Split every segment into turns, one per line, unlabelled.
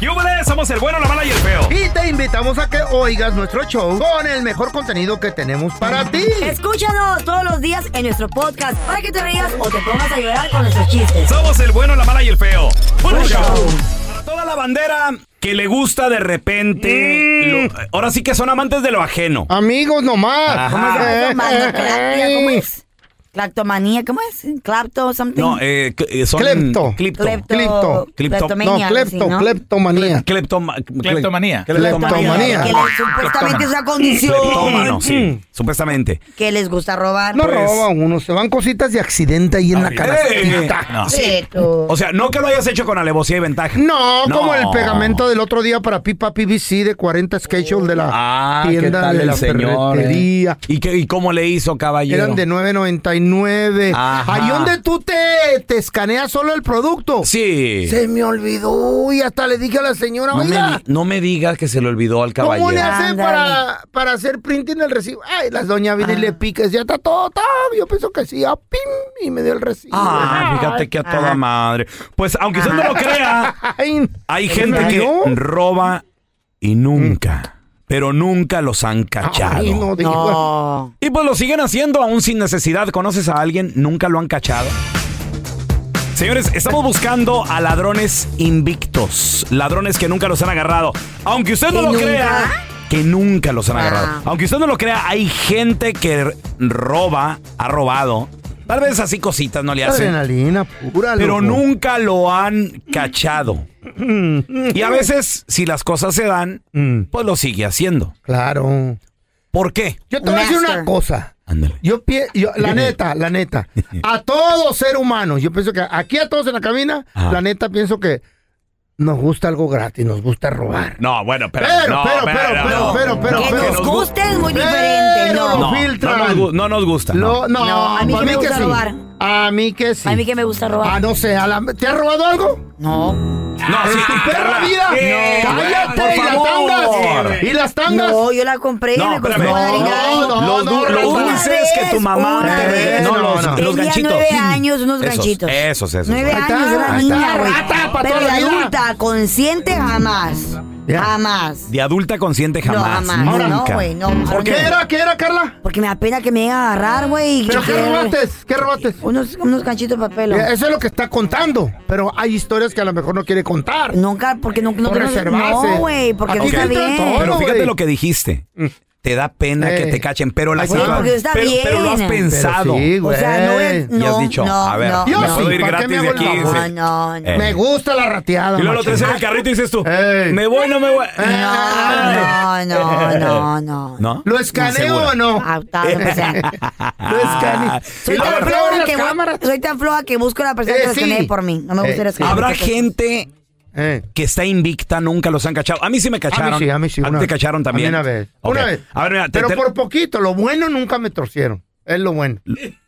¡Yúbales! Somos el bueno, la mala y el feo.
Y te invitamos a que oigas nuestro show con el mejor contenido que tenemos para ti.
Escúchanos todos los días en nuestro podcast para que te rías o te pongas a llorar con nuestros chistes.
Somos el bueno, la mala y el feo. ¡Puro show! Para toda la bandera que le gusta de repente.
Mm.
lo- eh, ahora sí que son amantes de lo ajeno.
Amigos nomás.
¿Cómo se llama
Eh,
eso? Manoclapsia,
eh,
¿Cómo
eh.
es? Clactomanía, ¿cómo es? Clapto, something.
No, eh, cl- eh, son.
Clepto.
Clepto.
Clepto-
Clepto.
Clepto-
No,
cleptomania, algo así,
clepto, cleptomanía.
Cleptoma- cle-
Cleptomanía.
Cleptomanía. Mm.
Que le- supuestamente es una
Cleptómano,
condición
sí. Supuestamente.
que les gusta robar.
No
Pues-
roba uno, se van cositas de accidente ahí en la
Eh,
canastita.
No.
Sí, tú.
O sea, no que lo hayas hecho con alevosía y ventaja.
No,
No.
como el pegamento del otro día para Pipa PVC de 40 schedules de la
Ah, ¿qué
tienda
tal
de
el
la
señor, eh?
ferretería.
¿Y, qué- y cómo le hizo, caballero?
Eran de 9.99.
Ajá.
Ahí donde tú te, te escaneas solo el producto.
Sí.
Se me olvidó y hasta le dije a la señora,
No me,
oiga,
di- no me digas que se le olvidó al
¿cómo le
caballero.
hace
Ándale.
para, para hacer printing el recibo? Ay, las doña viene y
Ah.
le piques, ya está todo, todo. Yo pienso que sí, ah, pim, y me dio el recibo.
Ah, fíjate que a toda madre. Pues aunque usted no lo crea,
Ay,
hay
¿se
gente
me
que
dio?
roba y nunca, pero nunca los han cachado.
Ay, no, digo,
No.
Y pues lo siguen haciendo aún sin necesidad. ¿Conoces a alguien? ¿Nunca lo han cachado? Señores, estamos buscando a ladrones invictos. Ladrones que nunca los han agarrado. Aunque usted no
¿Que
lo
nunca?
crea, que nunca los han agarrado.
Ah.
Aunque usted no lo crea, hay gente que r- roba, ha robado. Tal vez así cositas no le hacen.
Adrenalina pura.
Pero
loco.
nunca lo han cachado.
Mm.
Y a veces, si las cosas se dan, pues lo sigue haciendo.
Claro.
¿Por qué?
Yo te voy a decir una
Master.
cosa.
Ándale.
Yo, pie- yo- la neta, la neta, a todo ser humano, yo pienso que aquí a todos en la cabina,
Ajá.
la neta pienso que nos gusta algo gratis, nos gusta robar.
No, bueno, pero.
Pero,
no,
pero,
espera,
pero,
no.
pero, pero,
No,
que
pero,
que
nos
gu-
guste es muy diferente,
Pero-
no.
No,
filtran.
No nos, gu- no nos gusta. No.
Lo- no,
No, a mí
pa'
que me gusta
sí.
robar.
A mí que sí.
A mí que me gusta
Ah,
robar.
no sé, a la- ¿te has robado algo?
No.
No, sí,
¿En
Ah,
tu perra
Carla,
vida?
sí,
¡Cállate!
por
¿Y las
favor.
tangas? ¿Y las tangas?
No, yo la compré y
No,
me costó
espérame.
cuadrigal.
No, no,
los, du-
no,
los
no,
una
dulces
vez,
que tu mamá
una
te
vez.
no, los,
No, no.
los
Tenía
ganchitos.
nueve años, unos
Esos,
ganchitos.
Esos, esos.
Nueve
Ahí está,
años, era
ahí está,
niña, güey.
rata pa'
Pero
toda
de
la vida.
adulta, consciente, jamás.
Ya.
Jamás.
De adulta consciente jamás.
no, jamás. No,
nunca.
güey, no.
¿Por qué era? ¿Qué era, Carla?
Porque me da pena que me iban a agarrar, güey. y
¿Pero qué
que-
robaste? ¿Qué robaste?
Unos, unos ganchitos de papel.
Mira, Eh, Eso es lo que está contando, pero hay historias que a lo mejor no quiere contar.
Nunca, porque no, no
Por
tengo-
reservarse.
No, güey, porque no
Aquí
está
filtran
bien.
todo.
Pero fíjate
güey.
lo que dijiste. Te da pena que
Eh.
te cachen, pero la
Ay, güey,
situa-
porque está
pero,
bien.
pero lo has
Pero
pensado.
Pero sí,
O
güey.
sea, no es.
Y
No,
has dicho,
no,
a ver,
no,
me
no,
sí,
puedo ir
¿para qué me
gratis de
hago el
aquí.
favor?
dice.
No, no.
Eh.
Me gusta la
Ah,
rateada.
Y luego lo
macho.
traes en el carrito y dices tú,
Ey.
¿me voy no me voy?
Ah, No, no, no, no, Ah, no.
¿No?
¿Lo escaneo
Insegura.
o no?
Auta, o sea,
Lo escaneo.
Soy
Y luego
tan,
traigo
floja
las
que,
cámaras.
bu- soy tan floja que busco a la persona
Eh,
que los
sí.
escanee por mí. No me gusta
Eh,
ir a escanear
Habrá
cosas.
gente
Eh.
que está invicta, nunca los han cachado. A mí sí me cacharon.
A mí sí, a mí sí.
ti
una-
te cacharon también.
A mí una vez.
Ok.
Una vez.
A ver, mira, te-
Pero
te-
por poquito, lo bueno nunca me torcieron. Es lo bueno.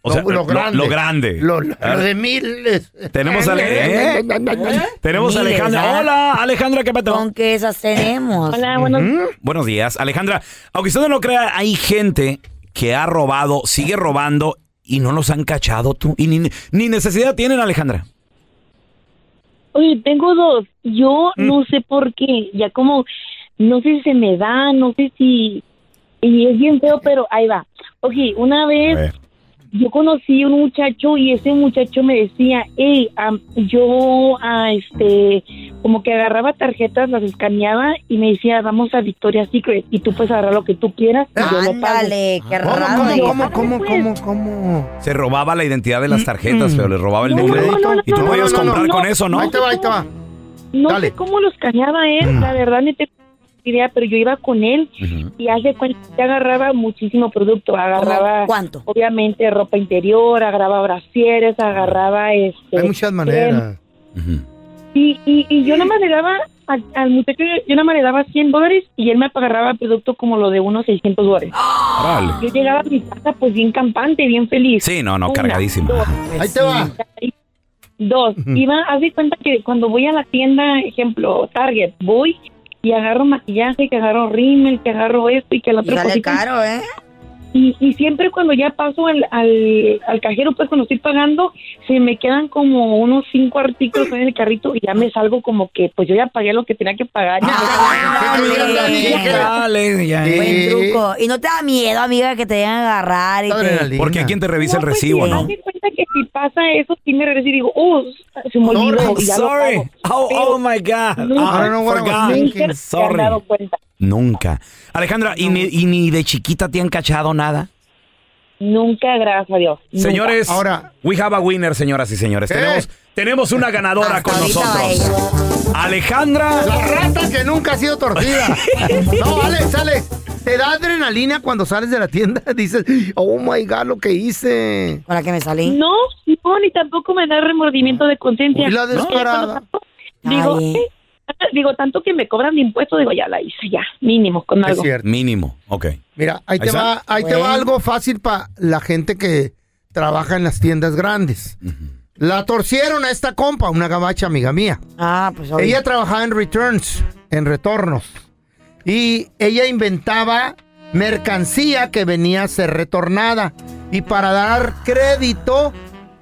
O sea, lo, grande. Lo, grande.
Lo, lo- lo de miles.
Tenemos a Ale- ¿eh? Tenemos a
Miles,
Alejandra.
¿ah?
Hola, Alejandra, ¿qué pasó?
¿Con qué esas tenemos?
Hola, buenos
Buenos días, Alejandra. Aunque usted no lo crea, hay gente que ha robado, sigue robando y no los han cachado tú. Y ni, ni necesidad tienen, Alejandra.
Oye, tengo dos. Yo
Mm.
no sé por qué, ya como, no sé si se me da, no sé si... Y es bien feo, pero ahí va. Ok, una vez yo conocí a un muchacho y ese muchacho me decía, hey, am- yo, ah, este, como que agarraba tarjetas, las escaneaba y me decía, vamos a Victoria's Secret y tú puedes agarrar lo que tú quieras. y yo lo pago. Pues,
Ándale, qué
Ah, ¿Cómo,
raro.
cómo, cómo, cómo, cómo, cómo?
Se robaba la identidad de las tarjetas,
Mm.
pero le robaba el
No,
número.
no, no, no,
y tú
no,
podías
no, no,
comprar
no.
con eso, ¿no?
Ahí te va, ahí te va.
No
Dale. Mm.
sé cómo los cañaba él, la verdad, ni tengo idea, pero yo iba con él
Ujú.
y hace cuenta que agarraba muchísimo producto, agarraba
¿Cuánto?
obviamente ropa interior, agarraba brasieres, agarraba este
Hay muchas
crema.
maneras.
Ujú.
y, y, y yo nada más le daba a- al muchacho, yo nada más le daba 100 dólares y él me agarraba producto como lo de unos 600 dólares.
Órale.
Yo llegaba a mi casa pues bien campante, bien feliz.
Sí, no, no,
Una,
cargadísimo.
dos,
Ahí te va.
Dos,
Ujú.
iba, haz de cuenta que cuando voy a la tienda, ejemplo, Target, voy y agarro maquillaje, que agarro rímel, que agarro esto y que la otra
Híjale,
cosita.
caro, ¿eh?
Y, y siempre cuando ya paso al, al, al cajero, pues cuando estoy pagando, se me quedan como unos cinco artículos en el carrito y ya me salgo como que, pues yo ya pagué lo que tenía que pagar. Y
Ah,
¿qué te digas,
ándale.
amiga?
Dale, ya.
Sí.
Buen truco. Y no te da miedo, amiga, que te vayan a agarrar y te...
Adrenalina.
Porque quien te revisa el
No, pues,
recibo,
sí,
¿no?
haz de cuenta que si pasa eso, sí me regreso y digo, oh, se me
Sorry,
olvidó.
Oh,
y ya lo
sorry. Oh,
pago.
oh my God.
Nunca-
I don't know what I was
forgot.
thinking.
Nunca se han
Sorry.
dado cuenta.
Nunca. Alejandra, ¿y, ni, y ni de chiquita te han cachado nada?
Nunca, gracias a Dios. nunca.
Señores,
Ahora-
we have a winner, señoras y señores.
¿Qué?
Tenemos, tenemos una ganadora
Hasta
con
ahorita va
nosotros. Alejandra.
La rata que nunca ha sido torcida. No, Alex, Alex. Te da adrenalina cuando sales de la tienda. Dices, oh my God, lo que hice.
Con la que me salí.
No, no, ni tampoco me da remordimiento de conciencia.
Y la
Porque ya
descarada.
cuando salgo, Digo,
Ay.
"Eh, ah", digo, tanto que me cobran de impuestos, digo, ya la hice, ya, mínimo, con
Es
algo.
cierto.
Mínimo, ok.
Mira,
Ahí
ahí, te
está.
va, ahí te
Bueno.
va algo fácil para la gente que trabaja en las tiendas grandes. La torcieron a esta compa, una gabacha amiga mía.
Ah, pues obvio.
Ella trabajaba en returns, en retornos. Y ella inventaba mercancía que venía a ser retornada. Y para dar crédito,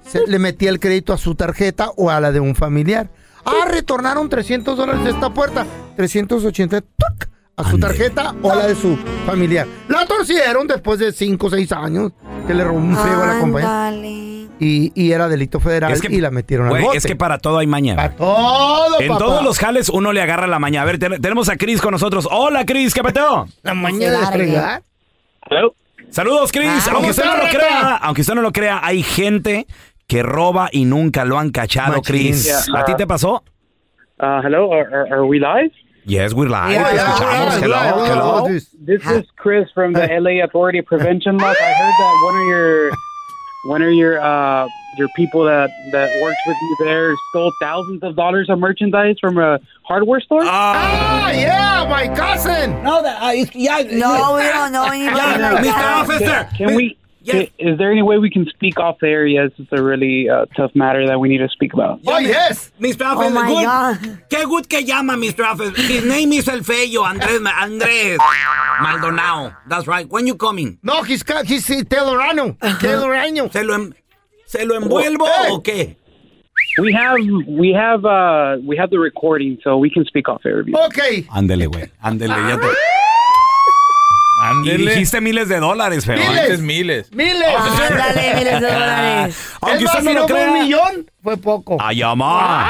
se le metía el crédito a su tarjeta o a la de un familiar. Ah, retornaron 300 dólares de esta puerta. 380 ¡tuc! a su
Ándale.
tarjeta o a la de su familiar. La torcieron después de 5 o 6 años que le robó un feo a la compañía.
Ándale.
Y, y era delito federal
Es que-
y la metieron al
Güey,
bote.
es que para todo hay maña.
Pa'
güey.
todo,
En
papá.
todos los jales uno le agarra la maña. A ver, ten- tenemos a Cris con nosotros. Hola, Cris, ¿qué peteo?
La
Se
mañana de
largue.
fregar.
Saludos, Cris.
Ah,
aunque usted no lo
rata.
crea, aunque usted no lo crea, hay gente que roba y nunca lo han cachado,
Machín.
Cris. ¿A ti te pasó?
Uh, hello, are, are, are we live?
Yes, we're live.
Yeah,
te
yeah,
escuchamos.
yeah,
Hello,
yeah, yeah,
hello.
yeah, yeah.
This is Chris from the LA Authority Prevention Lock. I heard that one of your one of your uh, your people that that worked with you there stole thousands of dollars of merchandise from a hardware store.
Ah,
Ah, yeah, my cousin.
No, we don't know anything
yeah,
like
Mr.
that.
Officer.
Can we?
Yes.
ca- Is there any way we can speak off the air? Yes, it's a really uh, tough matter that we need to speak about.
Oh, yes.
Mr.
Oh,
Officer,
my
good-
God.
Qué good que llama, Mr. Officer. His name is El Feyo, Andrés, Ma- Andrés Maldonado. That's right. When you coming?
No, he's, ca- he's uh, Telorano. Telorano.
¿Se lo, en- se lo envuelvo
Eh.
o qué?
We have we have uh, we have the recording, so we can speak off air. if you-
Ok.
Ándele, güey. Ándele, ya te... Y dijiste Ah. miles de dólares, feo.
Miles.
miles.
Miles.
Ándale, miles de dólares.
Aunque
es
usted
más,
no
si
lo
no fue un
crea...
millón, fue poco.
¡Ay, amá!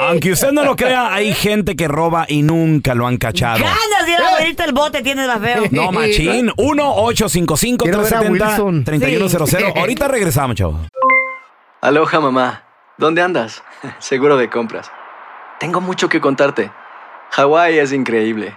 Aunque usted no lo crea, hay gente que roba y nunca lo han cachado.
Ganas de ir a abrirte el bote, tienes más feo.
Eh. No, machín. 1-855-370-3100.
Sí.
Ahorita regresamos, chavos.
Aloha mamá, ¿dónde andas? Seguro de compras. Tengo mucho que contarte. Hawái es increíble.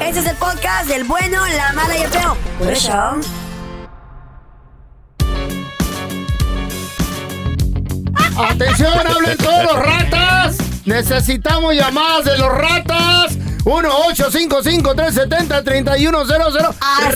Este es el podcast del bueno, la mala y el feo. Por
Pues,
eso.
¡Atención, hablen todos los ratas! ¡Necesitamos llamadas de los ratas! 1-855-370-3100
Haciéndoles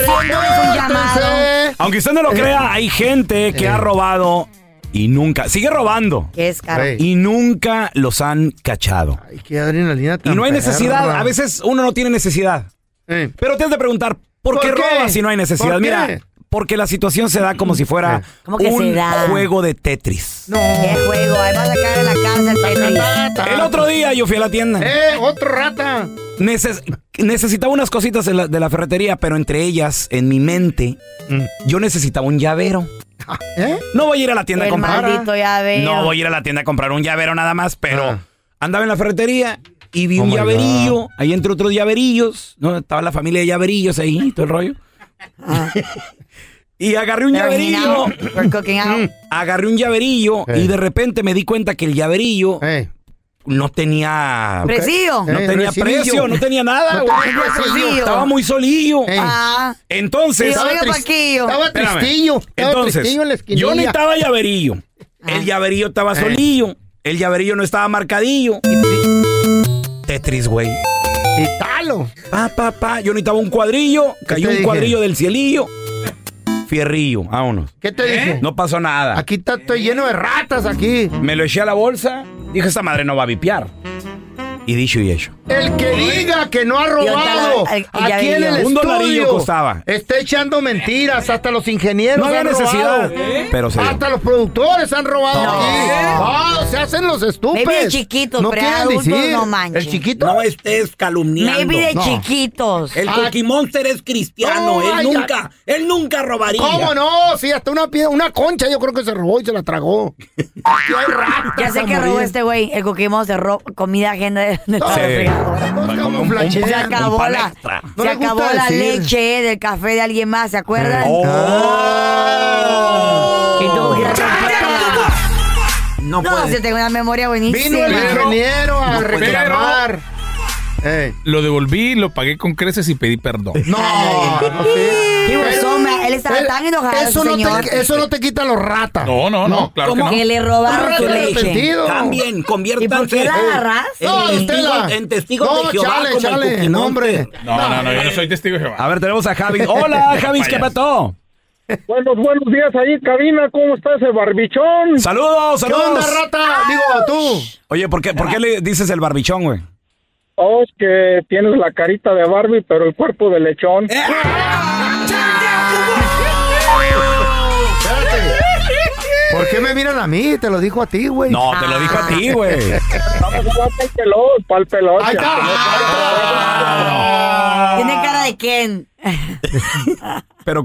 un llamado.
Aunque usted no lo
Eh.
crea, hay gente que
Eh.
ha robado y nunca, sigue robando
Que es caro.
Ey.
y nunca los han cachado.
Ay, qué adrenalina
Y
tan
no hay necesidad,
perra.
a veces uno no tiene necesidad.
Eh,
Pero te has de preguntar, ¿por,
¿Por
qué,
qué?
robas si no hay necesidad?
¿Por qué?
Mira, porque la situación se da como si fuera
¿Cómo que se
un
da?
juego de Tetris.
No.
Qué juego. Ahí vas a caer en la cárcel, Tetris.
Ta, ta.
El otro día yo fui a la tienda.
¡Eh, otro rata!
Neces- necesitaba unas cositas de la, de la ferretería, pero entre ellas, en mi mente, yo necesitaba un llavero.
Mm. ¿Eh?
No voy a ir a la tienda a
El
comprar.
maldito llave.
No voy a ir a la tienda a comprar un llavero nada más, pero
Ah.
andaba en la ferretería y vi
Oh
un
my
llaverillo, ahí entre otros llaverillos, ¿no? Estaba la familia de llaverillos ahí, todo el rollo.
Ah.
y agarré un llaverillo, Mm.
We're cooking out.
agarré un llaverillo
Eh.
y de repente me di cuenta que el llaverillo
Eh,
no tenía
Preciso.
no
Eh,
tenía
recibillo.
precio, no tenía nada,
No
güey.
tenía
recibillo.
Estaba muy solillo.
eh.
Ah.
Entonces,
Digo, oiga,
triste.
Paquillo.
Estaba
Espérame.
tristillo. Estaba
Entonces,
tristillo en la esquinilla. Eh.
yo necesitaba llaverillo.
Ah.
El llaverillo estaba solillo. El llaverillo no estaba marcadillo. Tetris, güey.
Y talo.
Pa, pa, pa. Yo necesitaba un cuadrillo. Cayó
te
un
dije?
cuadrillo del cielillo. Fierrillo, vámonos.
¿Qué te dije?
No pasó nada.
Aquí está, estoy lleno de ratas aquí.
Me lo eché a la bolsa. Dije, esta madre no va a vipiar. Y dicho y hecho.
El que diga que no ha robado
ahorita la- al- ya
aquí en el
veía.
Un
estudio
dolarillo costaba.
está echando mentiras. Hasta los ingenieros
No había
han
necesidad.
robado. ¿Eh? Ah,
Pero se dio.
Hasta los productores han robado aquí. Ah, se hacen los estúpidos.
Maybe de
pues,
chiquitos,
no
pero
quieren
adultos
decir.
no manchen.
El chiquito.
estés calumniando.
Maybe de
No.
chiquitos.
El
Ah.
Cookie Monster es cristiano.
No,
él
ay,
nunca, él nunca robaría.
¿Cómo no? Sí, hasta una, pie- una concha yo creo que se robó y se la tragó. Aquí hay ratas
Ya sé
a
que robó
morir.
este güey. El coquimón se robó comida agenda de, de toda
Sí.
la fregadora.
No,
Como
como
un-
flanchean.
Se
Un
acabó
pan
la,
extra.
se
No le gusta
acabó la
decir. Oh.
leche del café de alguien más, ¿se acuerdan? Ah. Que tuvo que ir a comprarla.
No,
No, se tengo una memoria buenísima.
Vino el ingeniero a reclamar. Ey.
Lo devolví, lo pagué con creces y pedí perdón.
No, no sé.
He was so mad. Él estaba
Él-
tan enojado,
Eso
ese
no,
señor.
te, eso no te quita los ratas.
No, no, no, claro que
Como
no.
que le robaron su
Ratas
leche.
arrepentido.
¿Y por qué la agarras?
No, Estela. no, chale, chale, no, hombre.
No, no, no, yo no soy testigo de
A
Jehová.
ver, tenemos a Javis. Hola, Javis, ¿qué pasó?
Buenos, buenos días ahí, cabina. ¿Cómo está ese barbichón?
Saludos,
¿Qué
saludos.
onda, rata? Digo, tú.
Oye, ¿por qué, ¿por qué le dices el barbichón, güey?
Oh, es que tienes la carita de Barbie, pero el cuerpo de lechón.
Eh.
Espérate. ¿Por qué me miran a mí? Te lo dijo a ti, güey.
No, te lo dijo a
Ah.
ti, güey.
Vamos a jugar pa'l pelón, pa'l pelón.
Ahí está. Ah.
Tiene cara de quién.
Pero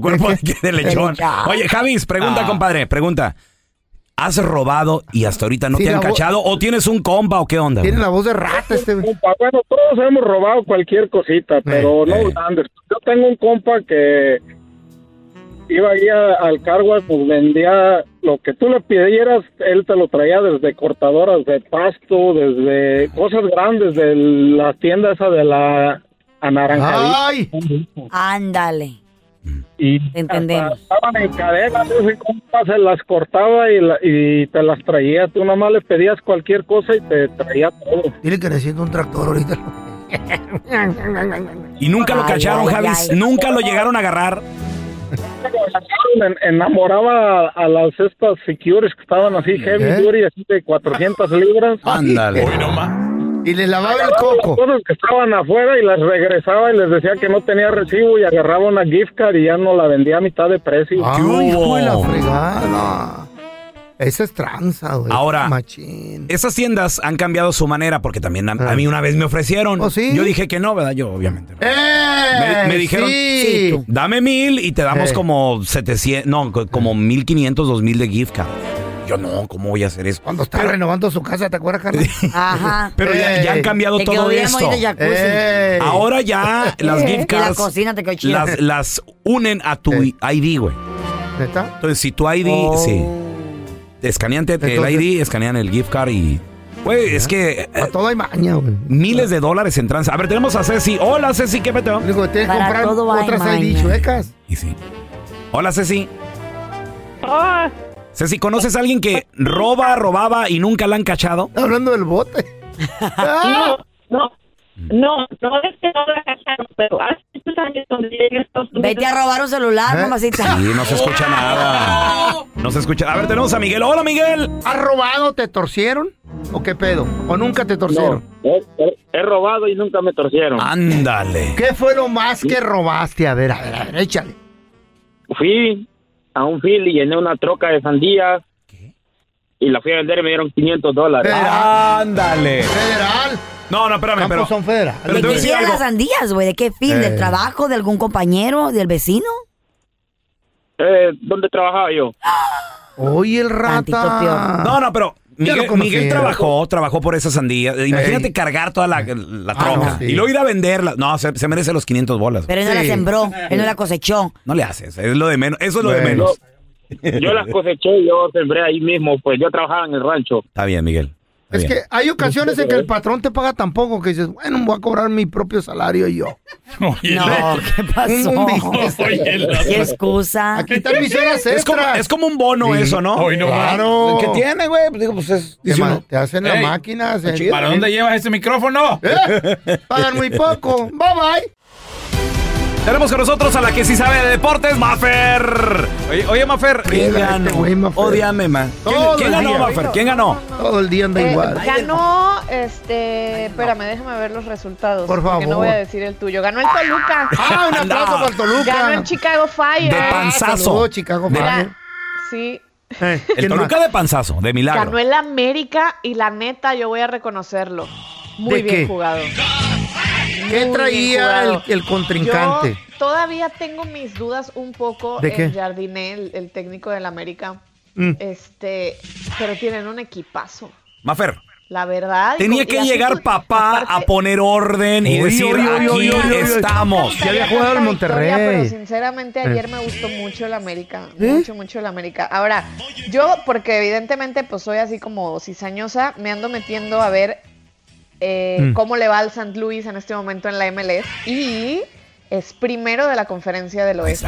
cuerpo de, de lechón. Oye, Javis,
Ah.
pregunta, compadre, pregunta. ¿Has robado y hasta ahorita no
Sí,
te han
la vo-
cachado? ¿O tienes un compa o qué onda?
Tiene
güey?
la voz de rata este. güey.
Compa, Bueno, todos hemos robado cualquier cosita, pero
Eh,
no grandes. Yo tengo un compa que iba ahí a- al cargo, pues vendía lo que tú le pidieras, él te lo traía desde cortadoras de pasto, desde cosas grandes de
Ah.
la tienda esa de la anaranjadita.
Ay,
Ándale.
Y
Entendemos.
hasta Estaban en cadenas,
pues,
ese compa se las cortaba y, la- y te las traía. Tú nomás le pedías cualquier cosa y te traía todo.
Dile que necesito un tractor ahorita.
Y nunca lo
Ay,
cacharon,
ay,
Javis.
ay.
Nunca lo llegaron a agarrar.
En- enamoraba a, a las estas secures que estaban así heavy
¿Eh?
duty, así de 400 libras.
Ándale. Hoy Y le lavaba el coco.
Las cosas que estaban afuera y las regresaba y les decía que no tenía recibo y agarraba una gift card y ya no la vendía a mitad de precio.
Ay, Ah, hijo de la fregada. Esa es tranza, güey.
Ahora,
Pues, Machín. Ah.
esas tiendas han cambiado su manera porque también a, a mí una vez me ofrecieron.
Oh,
Yo dije que no, ¿verdad? Yo, obviamente. no.
¡Eh!
Me, me dijeron,
sí.
dame mil y te damos
Eh.
como 700, no, co- como 1500, 2000 de gift card. Yo no, ¿cómo voy a hacer eso?
Cuando Está renovando su casa, ¿te acuerdas, Carlos? Eh,
Ajá.
Pero ya, ya han cambiado
Te quedó
todo
bien
esto.
bonito el jacuzzi. Ey.
Ahora ya las
Eh.
gift
Y la
cards
cocina te quedó chida.
las, las unen a tu ID, güey.
¿Neta?
Entonces, si tu ID,
Oh.
sí. Te escanean te-
Entonces-
el ID, escanean el gift card y... Güey, es que... eh,
todo hay maña, güey.
Miles de dólares en tranza. A ver, tenemos a Ceci. Hola, Ceci, ¿qué peteo?
Digo, tienes que Para comprar todo hay ¿eh? otras maña. ID chuecas.
Y sí. Hola, Ceci. Ceci, ¿conoces a alguien que roba, robaba y nunca la han cachado?
Hablando del bote.
No, no, no, no es que no la cacharon, pero hace muchos años cuando llegué a Estados Unidos.
Vete a robar un
¿Eh?
celular, mamacita.
Sí, no se escucha nada. No se escucha. A ver, tenemos a Miguel. Hola, Miguel.
¿Has robado? ¿Te torcieron? ¿O qué pedo? ¿O nunca te torcieron?
He, he- he robado y nunca me torcieron.
Ándale.
¿Qué fue lo más que robaste? A ver, a ver, a ver, échale.
Fui a un fil y llené una troca de sandías. Y la fui a vender y me dieron 500 dólares.
Eh, Ándale.
Federal.
No, no, espérame, pero.
Son federal.
Pero
¿De
te voy a
qué
decir
hicieron
algo.
las sandías, güey? ¿De qué fin?
Eh.
¿Del trabajo? ¿De algún compañero? ¿Del vecino?
Eh, ¿Dónde trabajaba yo?
Oye, el rata.
No, no, pero.
Ya lo
Miguel,
conocí.
Miguel trabajó, trabajó por esa sandía. Eh, Imagínate cargar toda la, la troca
no, Ah, sí.
y luego ir a venderla. No, se, se merece los 500 bolas.
Pero él no la sembró, él no la cosechó.
No le haces, es lo de menos. Eso es lo de
Bueno.
menos.
Yo las coseché, yo sembré ahí mismo, pues yo trabajaba en el rancho.
Está bien, Miguel.
Es que hay ocasiones en que el patrón te paga tan poco que dices, bueno, voy a cobrar mi propio salario yo.
No, ¿qué pasó?
Un business.
Este, ¿Qué excusa?
Aquí están mis horas
Es como,
extras.
es como un bono
Sí.
eso, ¿no?
Hoy no Claro. más.
¿Qué tiene, güey? Pues digo, pues es.
Te,
dice
ma-
uno,
te hacen la
"Ey,
máquina. se-
¿Para dónde llevas ese micrófono?
Eh. Pagan muy poco. Bye bye.
Tenemos con nosotros a la que sí sabe de deportes, Mafer. Oye, oye Mafer. ¿Quién
este
ganó? Odiame, man. ¿Quién,
Todo
quién
el
ganó,
día.
Mafer? ¿Quién ganó?
Todo el día anda
Eh,
igual.
ganó, este, espérame, déjame ver los resultados.
Por
porque
favor.
no voy a decir el tuyo. Ganó el Toluca.
Ah, un aplauso
Anda.
para el Toluca.
Ganó el Chicago Fire.
De panzazo.
Saludos, Chicago
De-
Fire. Eh,
Sí.
El Toluca de panzazo, de milagro.
Ganó el América y la neta yo voy a reconocerlo. Muy
¿De
bien
qué?
jugado.
¿Qué
Muy bien
traía el,
jugado.
el contrincante?
Yo todavía tengo mis dudas un poco
¿De qué?
en Jardiné, el, el técnico del América.
Mm.
Este, pero tienen un equipazo.
Mafer.
La verdad. y
Tenía
con- y
que
así
llegar
tú-
papá a poner orden y
Oye,
decir,
oye, oye,
aquí
oye, oye, oye.
estamos.
Ya había jugado el
victoria, pero
Monterrey.
sinceramente
Eh.
ayer me gustó mucho el América,
¿Eh?
mucho, mucho el América. Ahora, yo, porque evidentemente pues soy así como cizañosa, me ando metiendo a ver eh,
Mm.
cómo le va al St. Louis en este momento en la MLS y es primero de la conferencia del oeste.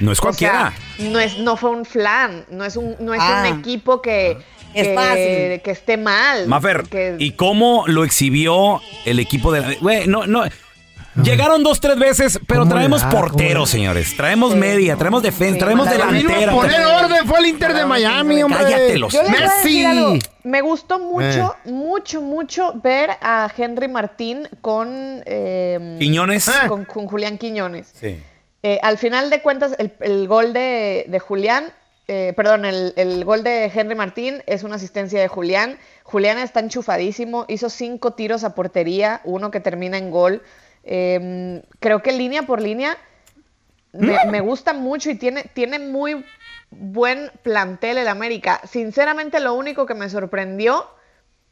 No es
O sea,
cualquiera.
no, es, no fue un flan, no es un, no es
Ah.
un equipo que,
Es
que-
fácil.
que esté mal.
Mafer,
Pues, que-
¿y cómo lo exhibió el equipo de la... Güey, no, no. Llegaron dos, tres veces, pero traemos porteros, señores. Traemos media, traemos defensa, traemos
Lo vino a
delantera.
poner orden fue el Inter de Miami, hombre.
Cállate los-
Yo les voy a
Messi.
decir algo. Me gustó mucho, mucho, mucho ver a Henry Martín con... eh,
Quiñones.
Con, con Julián Quiñones.
Sí.
Eh, al final de cuentas, el, el gol de, de Julián, eh, perdón, el, el gol de Henry Martín es una asistencia de Julián. Julián está enchufadísimo, hizo cinco tiros a portería, uno que termina en gol. Eh, creo que línea por línea me, me gusta mucho y tiene, tiene muy buen plantel el América. Sinceramente, lo único que me sorprendió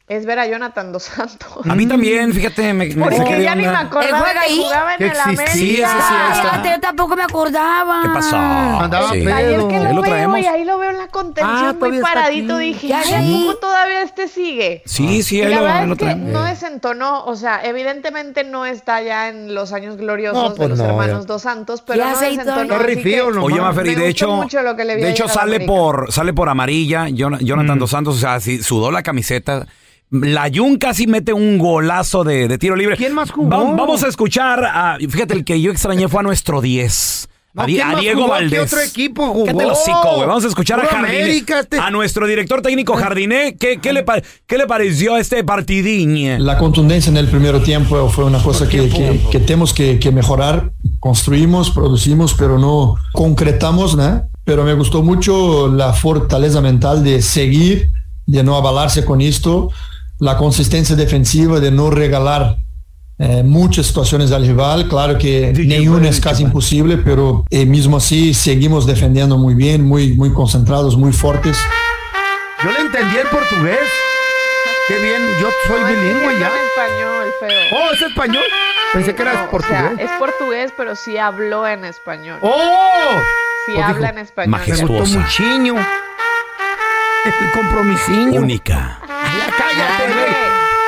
es ver a Jonathan Dos Santos.
A mí también, fíjate, me, me
Porque
saqué de
ya ni me
onda.
acordaba
¿Él Eh, juega
que
ahí?
jugaba en
Que
el América.
existe. Sí, sí, sí, ahí está.
Fíjate, yo tampoco me acordaba.
¿Qué pasó?
Andaba
Sí.
Ayer que
Ahí
lo,
lo
veo
traemos.
y ahí lo veo en la contención
Ah, todavía
muy
está
paradito.
aquí.
Dije,
Ya, Ah.
"Ay,
ya, ya".
¿cómo todavía este sigue?
Sí, sí,
Y
ahí
la
lo,
verdad
ahí lo
es que
traemos.
no desentonó, o sea, evidentemente no está ya en los años gloriosos
No,
de
pues
los
no,
hermanos
ya.
Dos Santos, pero
Ya
no
se hizo, ya.
desentonó. así que
Oye, Maferi,
me
de
gustó
hecho,
mucho lo que le vi
de
ayer
hecho
a la
sale
América.
por, sale por amarilla, Jon-
Mm.
Jonathan Dos Santos, o sea, sí, sudó la camiseta. La Jun casi mete un golazo de, de tiro libre. ¿Quién más jugó? vamos a escuchar, a- fíjate, el que yo extrañé fue a nuestro 10.
No,
a, Di-
¿quién
a
más
Diego
jugó? ¿Qué
Valdés.
otro equipo jugó?
Cállate el hocico, güey. Vamos a escuchar a
Puro
Jardiné.
América, este-
A nuestro director técnico Jardiné. ¿Qué, qué le, pa- qué le pareció este partidiñe?
La contundencia en el primer tiempo fue una cosa que, que, que tenemos que, que mejorar. Construimos, producimos, pero no concretamos, ¿no? Pero me gustó mucho la fortaleza mental de seguir, de no avalarse con esto, la consistencia defensiva, de no regalar eh, muchas situaciones al rival. Claro que ninguna es casi imposible, pero eh, mismo así seguimos defendiendo muy bien, muy, muy concentrados, muy fuertes.
Yo le entendí el portugués. Qué bien, yo soy bilingüe ya.
En español, feo.
Oh, ¿es español? Pensé que era
No, o sea,
portugués.
es portugués, pero sí habló en español.
¡Oh!
Sí
Pues dijo,
habla en español.
Me gustó muchiño. El compromisinho.
Única.
cállate, güey.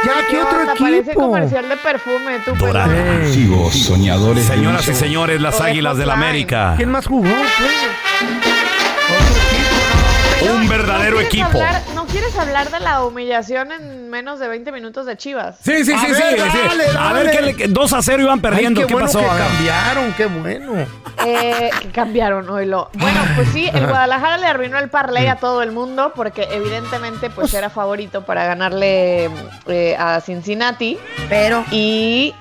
Ya, ¿qué
No,
otro
hasta Parece
equipo?
comercial de perfume, tú. pues.
Dorada.
soñadores.
de
Señoras y
lucha.
señores, las Águilas del América.
¿Quién más jugó?
Ah,
Un verdadero
¿Quieres
equipo.
hablar- ¿No quieres hablar de la humillación en menos de 20 minutos de Chivas?
Sí, sí, sí, sí. sí. A ver, ¿qué le- qué- 2 a 0 iban perdiendo.
Ay,
¿Qué,
qué bueno
pasó?
que
A ver.
cambiaron, qué bueno.
Eh, cambiaron, oílo. Bueno, pues sí, el Guadalajara le arruinó el parlay a todo el mundo porque evidentemente pues era favorito para ganarle eh, a Cincinnati. Pero... Y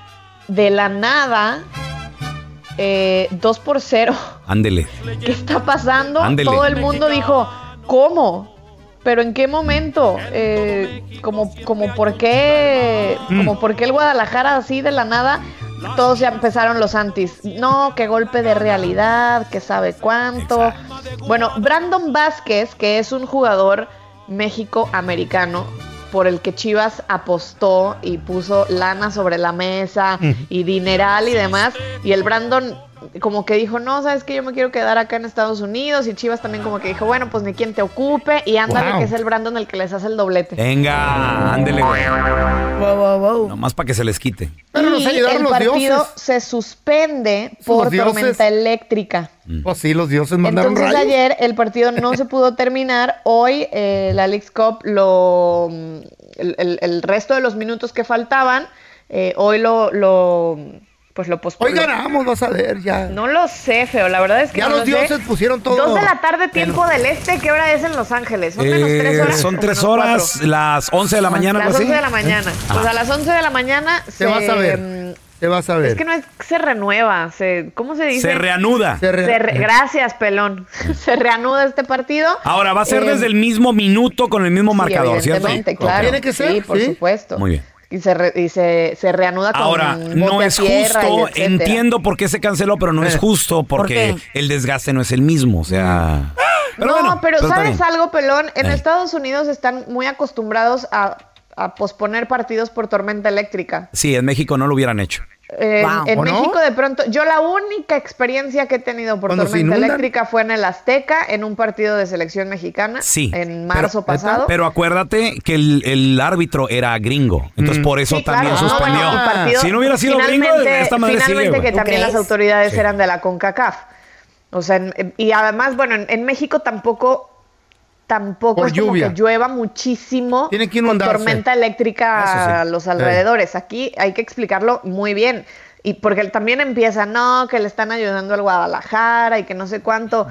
de la nada, 2 por 0.
Ándele.
¿Qué está pasando?
Ándele.
Todo el mundo dijo, ¿cómo? ¿Pero en qué momento? Eh, como, como por qué,
Mm.
como por qué el Guadalajara así de la nada, todos ya empezaron los antis. No, qué golpe de realidad, que sabe cuánto. Bueno, Brandon Vázquez, que es un jugador México-americano, por el que Chivas apostó y puso lana sobre la mesa
Ujú.
y dineral y demás. Y el Brandon como que dijo, no, sabes que yo me quiero quedar acá en Estados Unidos. Y Chivas también como que dijo, bueno, pues ni quien te ocupe. Y ándale,
Wow.
que es el Brandon el que les hace el doblete.
Venga, ándele, güey.
Wow, wow, wow.
Nomás para que se les quite.
Y
ayudaron
el
los
partido
dioses.
se suspende por
dioses.
tormenta eléctrica.
Mm.
Pues sí, los dioses mandaron
Entonces
rayos.
ayer el partido no se pudo terminar. Hoy eh, la Leagues Cup lo mm, el, el- el resto de los minutos que faltaban eh, hoy lo, lo pues lo
Hoy
pospuso.
ganamos, vas a ver, ya.
No lo sé, feo. La verdad es que
Ya
no
los
lo sé.
dioses pusieron todo.
Dos de la tarde tiempo del este. ¿Qué hora es en Los Ángeles? Son menos tres
Eh,
horas.
son
o
tres
menos
horas,
cuatro.
las 11 de la mañana,
Las
algo así.
11 de la mañana.
Ah.
Pues a las 11 de la mañana se
Te ¿Eh? vas a ver. Te vas a ver.
Es que no es que se renueva, se, ¿cómo se dice?
Se reanuda.
Se re- Eh. gracias, pelón. se reanuda este partido.
Ahora, va a ser
Eh,
desde el mismo minuto con el mismo
sí,
marcador, ¿cierto?
evidentemente, claro.
Ok.
Sí, por supuesto.
Muy bien.
Y se, re- y se, se reanuda con
Ahora,
bote
no
a
es
tierra y
justo,
etcétera.
entiendo por qué se canceló, pero no es justo porque el desgaste no es el mismo, o sea...
Mm. no,
bueno,
pero,
pero está
¿sabes
bien.
algo, pelón? En
Eh.
Estados Unidos están muy acostumbrados a, a posponer partidos por tormenta eléctrica.
Sí, en México no lo hubieran hecho.
En,
Wow.
en
¿O no?
México de pronto, yo la única experiencia que he tenido por
Cuando se
tormenta
inundan.
eléctrica fue en el Azteca, en un partido de selección mexicana,
Sí.
en marzo pasado.
Pero acuérdate que el, el árbitro era gringo, entonces por eso
Mm. Sí,
también
claro, no,
suspendió.
bueno, el partido-
si no hubiera sido gringo,
finalmente-
esta madre sigue.
Finalmente
güey.
que también las autoridades eran de la CONCACAF. O sea, en- y además, bueno, en, en México tampoco tampoco
Por
es como
lluvia.
que llueva muchísimo
Tiene que
con
inundarse.
tormenta eléctrica
Eso sí.
a los alrededores. Aquí hay que explicarlo muy bien. Y porque también empieza, no, que le están ayudando al Guadalajara y que no sé cuánto.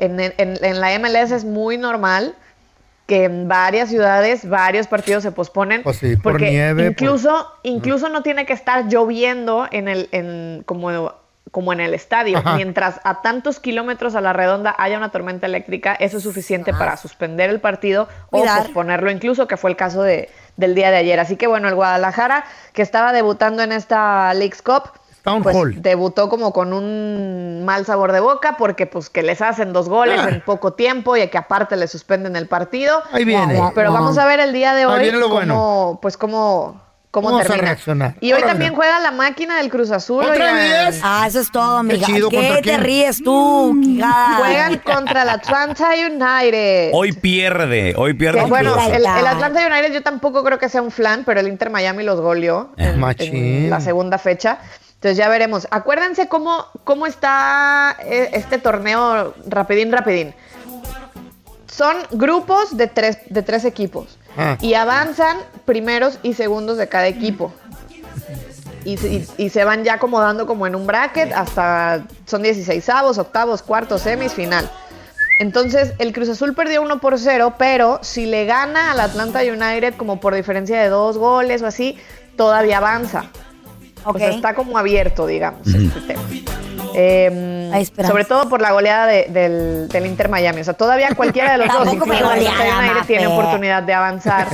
En, en- en la MLS es muy normal que en varias ciudades varios partidos se posponen
Pues sí, por
porque
nieve, por-
incluso incluso no tiene que estar lloviendo en el en como como en el estadio
Ajá.
mientras a tantos kilómetros a la redonda haya una tormenta eléctrica eso es suficiente
Ah.
para suspender el partido o
Cuidar.
posponerlo incluso que fue el caso de del día de ayer así que bueno el Guadalajara que estaba debutando en esta Leagues Cup
Town
pues,
Hall.
debutó como con un mal sabor de boca porque pues que les hacen dos goles
Ah.
en poco tiempo y que aparte le suspenden el partido.
Ahí viene.
Pero vamos a ver el día de
Ahí
hoy
viene lo
cómo,
bueno.
pues cómo, cómo
Vamos a
termina.
reaccionar.
Y hoy
Ahora
también juega la máquina del Cruz Azul.
¿Otra
oigan.
vez?
Ah, eso es todo, amiga.
chido,
¿Qué
¿contra
te
quién?
ríes tú? quijada?
Juegan contra el Atlanta United.
Hoy pierde, hoy pierde.
Que,
el
bueno,
Cruz Azul.
el, el Atlanta United yo tampoco creo que sea un flan, pero el Inter Miami los goleó en,
Machín.
en la segunda fecha. Entonces ya veremos. Acuérdense cómo, cómo está eh, este torneo rapidín, rapidín. Son grupos de tres, de tres equipos
Ah.
y avanzan primeros y segundos de cada equipo. Y, se- y- y se van ya acomodando como en un bracket hasta son 16 avos, octavos, cuartos, semis, final. Entonces, el Cruz Azul perdió 1 por 0, pero si le gana al Atlanta United como por diferencia de dos goles o así, todavía avanza. O sea, Pues está como abierto, digamos, este tema. Eh, sobre todo por la goleada de- del, del Inter Miami. O sea, todavía cualquiera de los dos,
Tampoco me
incluso el Atlanta
goleada,
United, tiene
Mafe.
oportunidad de avanzar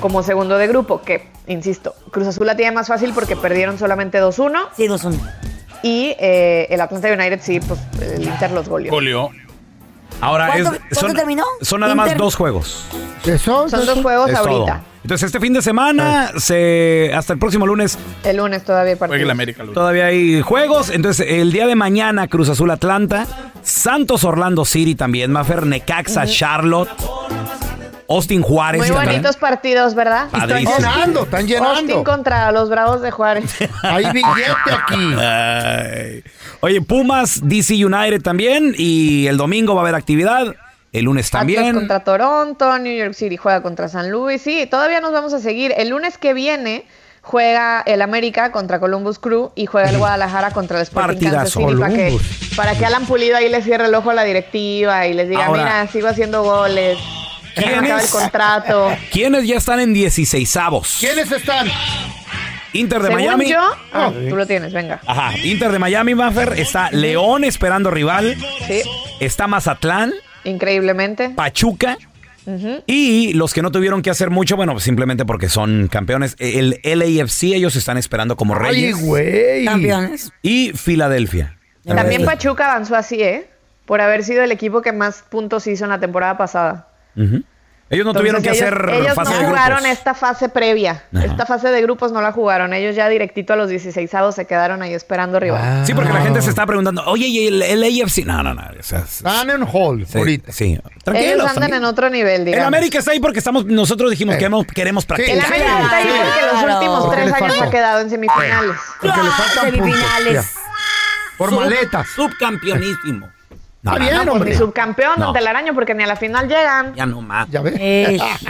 como segundo de grupo, que, insisto, Cruz Azul la tiene más fácil porque perdieron solamente 2-1.
Sí, 2-1.
Y eh, el Atlanta United sí, pues el Inter los goleó.
Goleó. Ahora es,
¿Cuánto- cuánto
son,
terminó?
son nada más
Inter-
dos juegos.
Eso,
Son dos juegos
Es todo.
ahorita. Ah.
Entonces este fin de semana se hasta el próximo lunes
El lunes todavía hay partidos.
Todavía hay juegos. Entonces, el día de mañana, Cruz Azul Atlanta, Santos Orlando City también, Mafer, Necaxa,
Ujú.
Charlotte, Austin Juárez.
Muy
también.
bonitos partidos, ¿verdad?
Padrísimo. Están llenando, están llenando.
Austin contra los Bravos de Juárez.
Ay. Oye, Pumas, DC United también. Y el domingo va a haber actividad. El lunes
Atlas
también.
Ah, contra Toronto, New York City juega contra San Luis. Sí, todavía nos vamos a seguir. El lunes que viene juega el América contra Columbus Crew y juega el Guadalajara contra el Sporting Kansas
Partidazo.
City para que,
Columbus.
para que Alan Pulido ahí le cierre el ojo a la directiva y les diga,
Ahora.
mira, sigo haciendo goles, se me acaba el
¿Quiénes?
contrato.
¿Quiénes ya están en 16 avos?
¿Quiénes están?
Inter de
Según
Miami.
yo, ah, tú lo tienes, venga.
Ajá, Inter de Miami, Mafer. Está León esperando rival.
Sí,
Está Mazatlán,
increíblemente.
Pachuca.
Ujú.
Y los que no tuvieron que hacer mucho, bueno, pues simplemente porque son campeones. eh, El LAFC, ellos están esperando como reyes.
güey.
Campeones.
Y Filadelfia. Este,
También Pachuca avanzó así, ¿eh? Por haber sido el equipo que más puntos hizo en la temporada pasada.
Ujú. Ellos no tuvieron que
Entonces,
hacer
ellos, ellos
fase
no
de
jugaron
grupos.
esta fase previa.
Ajá.
Esta fase de grupos no la jugaron. Ellos ya directito a los 16 avos se quedaron ahí esperando rival.
Ah, Sí, porque la gente se está preguntando, oye, ¿y el LAFC? No, no, no. o sea, es-
Están en hold
sí,
ahorita.
Sí.
Ellos
Tranquilos.
andan en otro nivel,
El
digamos.
América está ahí porque estamos, nosotros dijimos que hemos- queremos practicar.
El América está ahí porque los últimos
Porque Eh.
tres
les
años
faltó.
ha quedado en semifinales.
Porque le faltan
semifinales.
puntos, ya. Por maletas.
Subcampeonísimo.
Está bien,
No, pues,
hombre.
ni subcampeón
No.
del telaraño porque ni a la final llegan.
Ya no más. Eh.
Ya ves.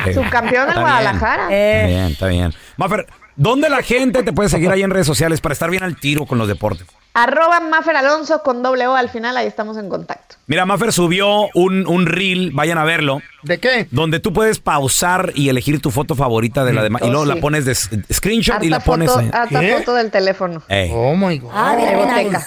Sí.
Subcampeón
Está
en
bien.
Guadalajara.
Está bien, está bien. Mafer, ¿dónde la gente te puede seguir ahí en redes sociales para estar bien al tiro con los deportes?
Arroba Mafer Alonso con doble O al final, ahí estamos en contacto.
Mira, Maffer subió un, un reel, vayan a verlo.
¿De qué?
Donde tú puedes pausar y elegir tu foto favorita de la demás. Y luego la
sí.
pones de s- screenshot y
Harta
la pones.
foto,
ahí.
harta
¿Qué?
foto del teléfono.
Ey.
Oh my God.
Ah, mira,